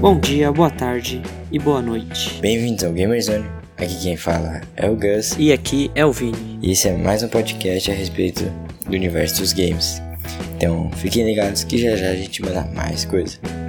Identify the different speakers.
Speaker 1: Bom dia, boa tarde e boa noite.
Speaker 2: Bem-vindos ao Gamerzone. Aqui quem fala é o Gus
Speaker 1: E aqui é o Vini.
Speaker 2: e esse é mais um podcast a respeito do universo dos games. Então fiquem ligados que já já a gente manda mais coisa.